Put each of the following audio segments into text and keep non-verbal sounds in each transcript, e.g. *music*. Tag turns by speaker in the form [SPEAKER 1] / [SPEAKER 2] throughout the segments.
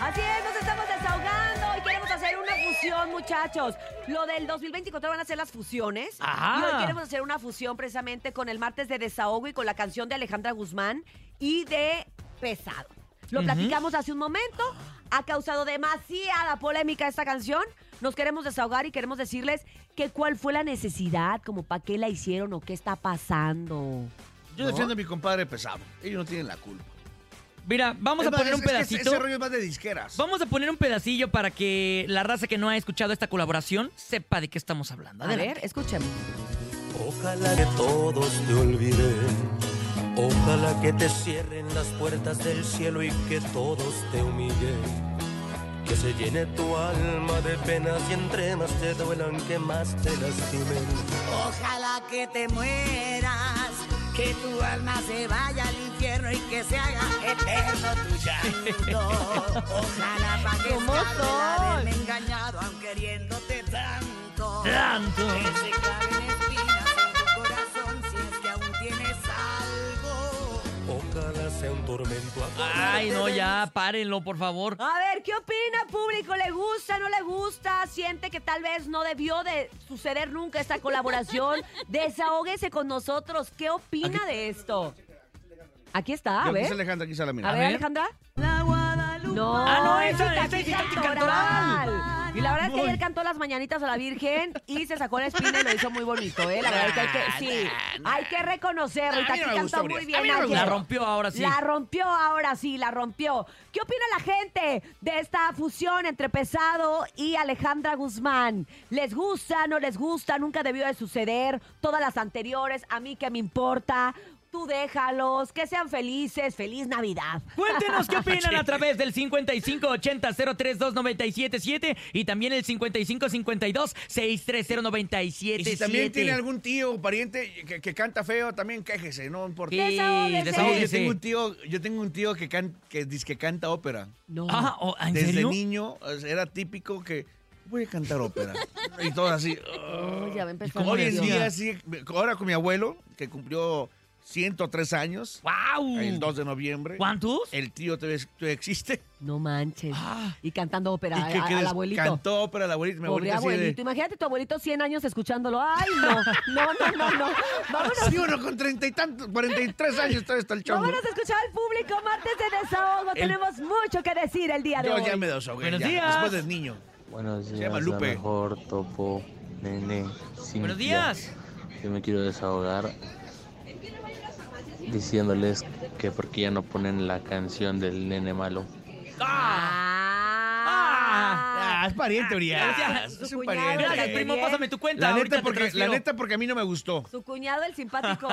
[SPEAKER 1] Así es, nos estamos desahogando y queremos hacer una fusión, muchachos. Lo del 2024 van a ser las fusiones.
[SPEAKER 2] Ajá.
[SPEAKER 1] Y hoy queremos hacer una fusión precisamente con el martes de desahogo y con la canción de Alejandra Guzmán y de Pesado. Lo
[SPEAKER 2] Ujú.
[SPEAKER 1] platicamos hace un momento. Ha causado demasiada polémica esta canción. Nos queremos desahogar y queremos decirles que cuál fue la necesidad, como para qué la hicieron o qué está pasando.
[SPEAKER 3] Yo
[SPEAKER 1] ¿No?
[SPEAKER 3] defiendo a mi compadre pesado. Ellos no tienen la culpa.
[SPEAKER 2] Mira, vamos
[SPEAKER 3] Es
[SPEAKER 2] a
[SPEAKER 3] más,
[SPEAKER 2] poner
[SPEAKER 3] es-
[SPEAKER 2] un
[SPEAKER 3] es que ese-
[SPEAKER 2] pedacito.
[SPEAKER 3] Ese rollo es más de disqueras.
[SPEAKER 2] Vamos a poner un pedacillo para que la raza que no ha escuchado esta colaboración sepa de qué estamos hablando.
[SPEAKER 1] A
[SPEAKER 2] Adelante.
[SPEAKER 1] ver, escúchame.
[SPEAKER 4] Ojalá que todos te olviden. Ojalá que te cierren las puertas del cielo y que todos te humillen. Que se llene tu alma de penas y entre más te duelan que más te lastimen.
[SPEAKER 5] Ojalá que te mueras, que tu alma se vaya al infierno y que se haga eterno tu llanto. Ojalá pa' que
[SPEAKER 1] ¿Cómo
[SPEAKER 5] escape el haberme
[SPEAKER 1] soy?
[SPEAKER 5] engañado, aunque queriéndote tanto.
[SPEAKER 2] Tanto.
[SPEAKER 5] Que se claven espinas en tu corazón si es que aún tienes algo.
[SPEAKER 4] Ojalá sea un tormento a
[SPEAKER 2] Ay, no, ya, párenlo, por favor.
[SPEAKER 1] A ver, ¿qué opina público? ¿Le gusta, no le gusta? ¿Siente que tal vez no debió de suceder nunca esta colaboración? Desahóguese con nosotros. ¿Qué opina de esto? Aquí está, a
[SPEAKER 3] Yo, aquí
[SPEAKER 1] ver.
[SPEAKER 3] está Alejandra, aquí está la mira.
[SPEAKER 1] A ver,
[SPEAKER 2] ver.
[SPEAKER 1] Alejandra. No,
[SPEAKER 2] Ah, no,
[SPEAKER 1] es
[SPEAKER 2] esa-
[SPEAKER 1] Itati
[SPEAKER 2] esa es Itati
[SPEAKER 1] Cantoral. Y la verdad es que
[SPEAKER 2] Muy.
[SPEAKER 1] ayer cantó las mañanitas a la Virgen y se sacó la espina y lo hizo muy bonito, ¿eh? La verdad es que hay que, sí, hay que reconocerlo.
[SPEAKER 3] A mí no
[SPEAKER 1] Itati
[SPEAKER 3] me gustó,
[SPEAKER 1] cantó muy
[SPEAKER 3] Urias.
[SPEAKER 1] bien
[SPEAKER 3] A mí no me
[SPEAKER 1] ayer.
[SPEAKER 2] La rompió ahora sí.
[SPEAKER 1] La rompió ahora sí, la rompió. ¿Qué opina la gente de esta fusión entre Pesado y Alejandra Guzmán? ¿Les gusta, no les gusta? Nunca debió de suceder. Todas las anteriores, a mí que me importa. Tú déjalos, que sean felices. Feliz Navidad.
[SPEAKER 2] Cuéntenos
[SPEAKER 1] *laughs*
[SPEAKER 2] qué opinan a través del 5580-032977 y también el 5552-630977.
[SPEAKER 3] Y si también tiene algún tío o pariente que, que canta feo, también quéjese, no importa.
[SPEAKER 2] Sí,
[SPEAKER 1] Desahógese.
[SPEAKER 3] Oye, yo
[SPEAKER 2] desahógese.
[SPEAKER 3] tengo un tío, yo tengo un tío que, can- que dice que canta ópera.
[SPEAKER 1] No.
[SPEAKER 2] Ah, oh, ¿en
[SPEAKER 3] Desde
[SPEAKER 2] serio?
[SPEAKER 3] niño o sea, era típico que voy a
[SPEAKER 2] *laughs*
[SPEAKER 3] cantar ópera. y todo así.
[SPEAKER 1] Ay, ya va a
[SPEAKER 3] Y
[SPEAKER 1] empezar
[SPEAKER 3] como hoy en
[SPEAKER 1] nervioso.
[SPEAKER 3] día, sí, ahora con mi abuelo, que cumplió 103 años,
[SPEAKER 2] ¡Wow!
[SPEAKER 3] el 2 de Eh. noviembre.
[SPEAKER 2] ¿Cuántos?
[SPEAKER 3] El tío todavía todavía existe.
[SPEAKER 1] No manches.
[SPEAKER 2] Ah.
[SPEAKER 1] Y cantando ópera
[SPEAKER 3] ¿Y qué
[SPEAKER 1] a- a- al
[SPEAKER 3] crees?
[SPEAKER 1] abuelito.
[SPEAKER 3] Cantó ópera al abuelito. Mi
[SPEAKER 1] Pobre
[SPEAKER 3] abuelita así de-
[SPEAKER 1] abuelito. Imagínate tu abuelito 100 años escuchándolo. Ay, no. No, no, no, no.
[SPEAKER 3] *laughs*
[SPEAKER 1] Vámonos
[SPEAKER 3] "Ah, Sí,
[SPEAKER 1] *laughs*
[SPEAKER 3] uno con treinta y tantos, cuarenta y tres años todavía está el chongo.
[SPEAKER 1] Vámonos a escuchar al público, martes de desahogo. Tenemos mucho que decir el día de
[SPEAKER 3] Yo
[SPEAKER 1] hoy.
[SPEAKER 3] ya me desahogué.
[SPEAKER 2] Buenos
[SPEAKER 3] ya,
[SPEAKER 2] días.
[SPEAKER 3] Después del niño.
[SPEAKER 6] Buenos
[SPEAKER 3] Se
[SPEAKER 6] días,
[SPEAKER 3] llama
[SPEAKER 6] la
[SPEAKER 3] Lupe.
[SPEAKER 6] mejor topo, nene. Cintia.
[SPEAKER 2] Buenos días.
[SPEAKER 6] Yo me quiero desahogar diciéndoles que porque ya no ponen la canción del nene malo.
[SPEAKER 2] ¡Ah!
[SPEAKER 1] Ah.
[SPEAKER 3] Ah, es pariente, Urias.
[SPEAKER 2] gracias.
[SPEAKER 3] Es
[SPEAKER 1] Su
[SPEAKER 3] un
[SPEAKER 1] cuñado,
[SPEAKER 3] pariente.
[SPEAKER 2] Gracias,
[SPEAKER 1] Muy
[SPEAKER 2] primo,
[SPEAKER 1] bien.
[SPEAKER 2] pásame tu cuenta.
[SPEAKER 3] La
[SPEAKER 2] ahorita
[SPEAKER 3] neta,
[SPEAKER 2] te
[SPEAKER 3] porque, la
[SPEAKER 2] transfiero.
[SPEAKER 3] neta, porque a mí no me gustó.
[SPEAKER 1] Su cuñado, el
[SPEAKER 2] *laughs*
[SPEAKER 1] simpático.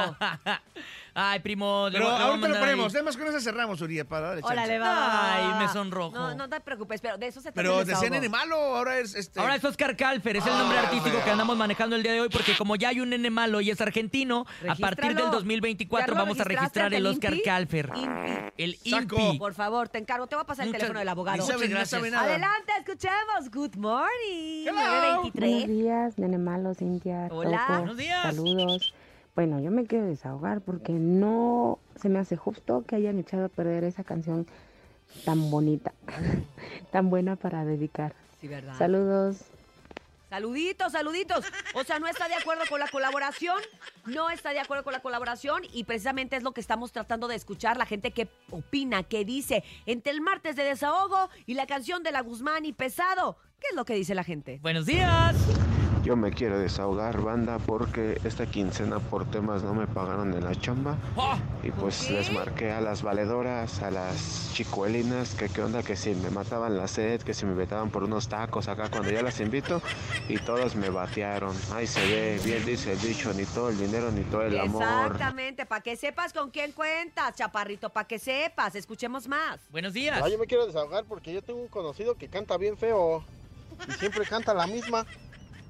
[SPEAKER 2] Ay, primo. le
[SPEAKER 3] Pero
[SPEAKER 2] voy- le voy a
[SPEAKER 3] ahorita lo
[SPEAKER 2] mandar ahí.
[SPEAKER 3] ponemos. Además, con eso cerramos, Urias, para darle chance.
[SPEAKER 1] Órale, va, va, va,
[SPEAKER 2] Ay,
[SPEAKER 1] va.
[SPEAKER 2] me sonrojo.
[SPEAKER 1] No, no te preocupes, pero de eso se trata.
[SPEAKER 3] Pero
[SPEAKER 1] el
[SPEAKER 3] decían
[SPEAKER 1] desahogo.
[SPEAKER 3] nene malo, ahora es este.
[SPEAKER 2] Ahora es Oscar Calfer, es el nombre
[SPEAKER 3] Ah,
[SPEAKER 2] artístico
[SPEAKER 3] feo.
[SPEAKER 2] que andamos manejando el día de hoy, porque como ya hay un nene malo y es argentino, a partir
[SPEAKER 1] Regístralo.
[SPEAKER 2] del
[SPEAKER 1] ¿Ya
[SPEAKER 2] 2024
[SPEAKER 1] lo
[SPEAKER 2] vamos a
[SPEAKER 1] registraste
[SPEAKER 2] registrar
[SPEAKER 1] ante
[SPEAKER 2] el Oscar
[SPEAKER 1] INPI?
[SPEAKER 2] Calfer.
[SPEAKER 1] INPI.
[SPEAKER 2] El
[SPEAKER 3] Saco.
[SPEAKER 2] INPI.
[SPEAKER 1] Ah. Por favor, te encargo. Te voy a pasar el
[SPEAKER 2] Muchas-
[SPEAKER 1] teléfono del abogado.
[SPEAKER 3] Ni sabe,
[SPEAKER 2] Muchas
[SPEAKER 3] no sabe
[SPEAKER 2] gracias.
[SPEAKER 3] nada.
[SPEAKER 1] Adelante, escuchemos. Good morning.
[SPEAKER 3] Hello.
[SPEAKER 1] 923.
[SPEAKER 7] Buenos días, nene malo, Cintia.
[SPEAKER 1] Hola.
[SPEAKER 7] Topo.
[SPEAKER 2] Buenos días.
[SPEAKER 7] Saludos. Bueno, yo me quiero desahogar porque no se me hace justo que hayan echado a perder esa canción tan bonita, *laughs* tan buena para dedicar.
[SPEAKER 1] Sí, ¿verdad?
[SPEAKER 7] Saludos.
[SPEAKER 1] Saluditos, saluditos. O sea, no está de acuerdo con la colaboración, no está de acuerdo con la colaboración y precisamente es lo que estamos tratando de escuchar, la gente que opina, que dice, entre el martes de desahogo y la canción de la Guzmán y Pesado, ¿qué es lo que dice la gente?
[SPEAKER 2] Buenos días.
[SPEAKER 8] Yo me quiero desahogar, banda, porque esta quincena por temas no me pagaron en la chamba.
[SPEAKER 2] Oh,
[SPEAKER 8] Y pues
[SPEAKER 1] ¿Qué?
[SPEAKER 8] les marqué a las valedoras, a las chicuelinas, que qué onda, que si me mataban la sed, que si me vetaban por unos tacos acá cuando ya las invito. Y todos me batearon. Ahí se ve, bien dice el dicho, ni todo el dinero, ni todo el amor.
[SPEAKER 1] Exactamente, para que sepas con quién cuentas, chaparrito, para que sepas, escuchemos más.
[SPEAKER 2] buenos días.
[SPEAKER 9] Ah, yo me quiero desahogar porque yo tengo un conocido que canta bien feo y siempre canta la misma.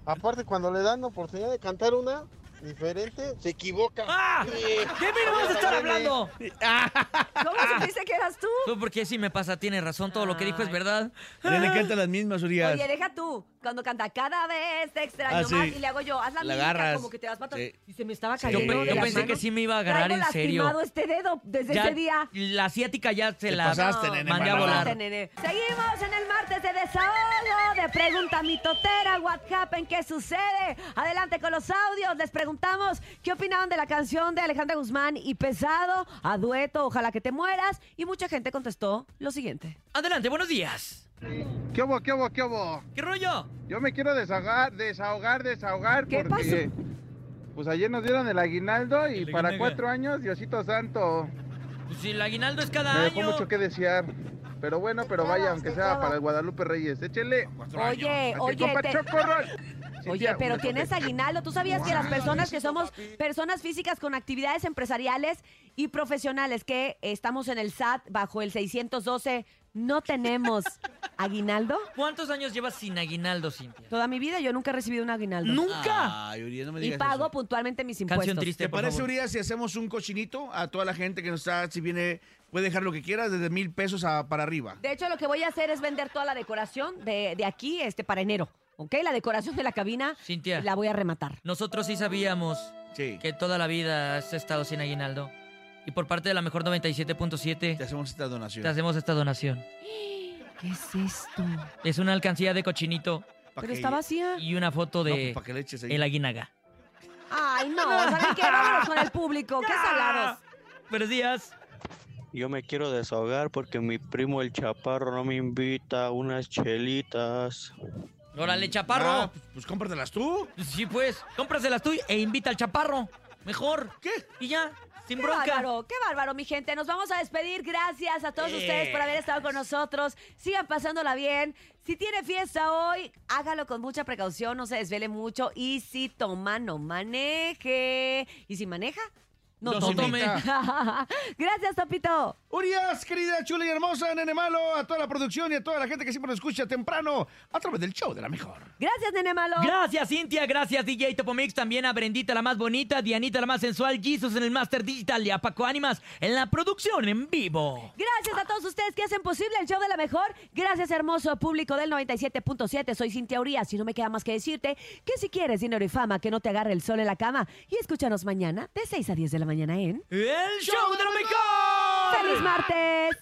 [SPEAKER 9] Aparte, cuando le dan la oportunidad de cantar una, diferente, se equivoca.
[SPEAKER 2] ¡Ah! ¿Qué mira vamos a estar hablando?
[SPEAKER 8] *laughs*
[SPEAKER 1] ¿Cómo supiste que eras tú?
[SPEAKER 2] Tú porque sí me pasa, tienes razón, todo lo que dijo es
[SPEAKER 1] Ay.
[SPEAKER 2] verdad.
[SPEAKER 3] Le encantan las mismas, Urias.
[SPEAKER 1] Oye, deja tú. Cuando canta cada vez te extraño
[SPEAKER 3] Ah, sí.
[SPEAKER 1] más y le hago yo, haz la,
[SPEAKER 3] La
[SPEAKER 1] mímica,
[SPEAKER 3] agarras.
[SPEAKER 1] como que te vas para atrás.
[SPEAKER 3] Sí.
[SPEAKER 1] Y se me estaba
[SPEAKER 3] Yo
[SPEAKER 2] Yo,
[SPEAKER 1] cayendo.
[SPEAKER 2] pe-
[SPEAKER 3] Sí,
[SPEAKER 1] de la
[SPEAKER 2] yo
[SPEAKER 3] las
[SPEAKER 2] pensé
[SPEAKER 1] mano.
[SPEAKER 2] que sí me iba a agarrar
[SPEAKER 1] Traigo
[SPEAKER 2] en serio.
[SPEAKER 1] lastimado este dedo desde
[SPEAKER 2] Ya,
[SPEAKER 1] ese día.
[SPEAKER 2] La asiática ya se
[SPEAKER 3] Te
[SPEAKER 2] la...
[SPEAKER 3] pasaste,
[SPEAKER 1] No,
[SPEAKER 3] nene.
[SPEAKER 2] mandé a
[SPEAKER 3] mala
[SPEAKER 2] volar.
[SPEAKER 3] onda.
[SPEAKER 1] nene. Seguimos en el martes de desahogo de Pregunta Mitotera, What Happened, ¿qué sucede? Adelante con los audios, les preguntamos qué opinaban de la canción de Alejandra Guzmán y Pesado, a dueto, ojalá que te mueras, y mucha gente contestó lo siguiente.
[SPEAKER 2] Adelante, buenos días.
[SPEAKER 9] ¿Qué hubo, qué hubo, qué hubo?
[SPEAKER 2] ¿Qué rollo?
[SPEAKER 9] Yo me quiero desahogar, desahogar, desahogar
[SPEAKER 1] ¿Qué
[SPEAKER 9] porque pues ayer nos dieron el aguinaldo y
[SPEAKER 2] El
[SPEAKER 9] para
[SPEAKER 2] aguinaldo.
[SPEAKER 9] cuatro años, Diosito Santo,
[SPEAKER 2] Pues si el aguinaldo es cada
[SPEAKER 9] me dejó
[SPEAKER 2] año.
[SPEAKER 9] mucho que desear. Pero bueno, pero vaya, aunque sea para el Guadalupe Reyes, échele.
[SPEAKER 3] Cuatro años.
[SPEAKER 1] Oye,
[SPEAKER 9] Así,
[SPEAKER 1] oye,
[SPEAKER 9] compa
[SPEAKER 1] te-
[SPEAKER 9] Chocorrol.
[SPEAKER 1] Oye,
[SPEAKER 9] Cintia,
[SPEAKER 1] pero
[SPEAKER 9] un
[SPEAKER 1] tienes
[SPEAKER 9] besote.
[SPEAKER 1] aguinaldo. ¿Tú sabías que las personas que somos personas físicas con actividades empresariales y profesionales que estamos en el SAT bajo el 612 no tenemos aguinaldo?
[SPEAKER 2] ¿Cuántos años llevas sin aguinaldo, Cintia?
[SPEAKER 1] Toda mi vida yo nunca he recibido un aguinaldo.
[SPEAKER 2] ¡Nunca!
[SPEAKER 3] Ay, Urias, no me
[SPEAKER 1] Y
[SPEAKER 3] digas
[SPEAKER 1] pago este,
[SPEAKER 3] eso.
[SPEAKER 1] puntualmente mis impuestos.
[SPEAKER 2] Canción triste,
[SPEAKER 3] ¿Te
[SPEAKER 2] por
[SPEAKER 3] parece,
[SPEAKER 2] favor.
[SPEAKER 3] Urias, si hacemos un cochinito a toda la gente que nos está, si viene, puede dejar lo que quieras, desde mil pesos a- para arriba?
[SPEAKER 1] De hecho, lo que voy a hacer es vender toda la decoración de, de aquí este, para enero. ¿Ok? La decoración de la cabina
[SPEAKER 2] Cintia.
[SPEAKER 1] la voy a rematar.
[SPEAKER 2] Nosotros sí sabíamos
[SPEAKER 3] Sí.
[SPEAKER 2] que toda la vida has estado sin aguinaldo. Y por parte de la mejor
[SPEAKER 3] Te
[SPEAKER 2] 97.7
[SPEAKER 3] hacemos esta donación.
[SPEAKER 2] te hacemos esta donación.
[SPEAKER 1] ¿Qué es esto?
[SPEAKER 2] Es una alcancía de cochinito
[SPEAKER 3] Pa'
[SPEAKER 1] Pero
[SPEAKER 3] que-
[SPEAKER 1] está vacía.
[SPEAKER 2] y una foto
[SPEAKER 3] No,
[SPEAKER 2] de
[SPEAKER 3] pues, pa' que le eches ahí.
[SPEAKER 2] el aguinaga.
[SPEAKER 1] Ay, no. ¿Saben qué? Vámonos con el público. ¡Qué salados!
[SPEAKER 2] Buenos días.
[SPEAKER 4] Yo me quiero desahogar porque mi primo el chaparro no me invita a unas chelitas.
[SPEAKER 9] Mm,
[SPEAKER 2] Órale, chaparro.
[SPEAKER 3] Ah, pues, pues cómpratelas tú.
[SPEAKER 2] Sí, pues, cómpraselas tú e invita al chaparro. Mejor. ¿Qué? Y ya, sin
[SPEAKER 1] Qué
[SPEAKER 2] bronca.
[SPEAKER 1] bárbaro, qué bárbaro, mi gente. Nos vamos a despedir. Gracias a todos ustedes por haber estado con nosotros. Sigan pasándola bien. Si tiene fiesta hoy, hágalo con mucha precaución, no se desvele mucho. Y si toma, no maneje. Y si maneja, no,
[SPEAKER 2] No se
[SPEAKER 1] tome. *laughs* Gracias, Topito.
[SPEAKER 3] Urias, querida, chula y hermosa, nene malo, a toda la producción y a toda la gente que siempre nos escucha temprano a través del show de la mejor.
[SPEAKER 1] Gracias, Nene Malo.
[SPEAKER 2] Gracias, Cintia. Gracias, DJ Topomix. También a Brendita, la más bonita. Dianita, la más sensual. Jesus en el Master Digital. Y a Paco Ánimas en la producción en vivo.
[SPEAKER 1] Gracias a todos ustedes que hacen posible el show de la mejor. Gracias, hermoso público del 97.7. Soy Cintia Urias y no me queda más que decirte que si quieres dinero y fama, que no te agarre el sol en la cama. Y escúchanos mañana de 6 a 10 de la mañana en
[SPEAKER 2] ¡El show de la mejor!
[SPEAKER 1] ¡Feliz martes!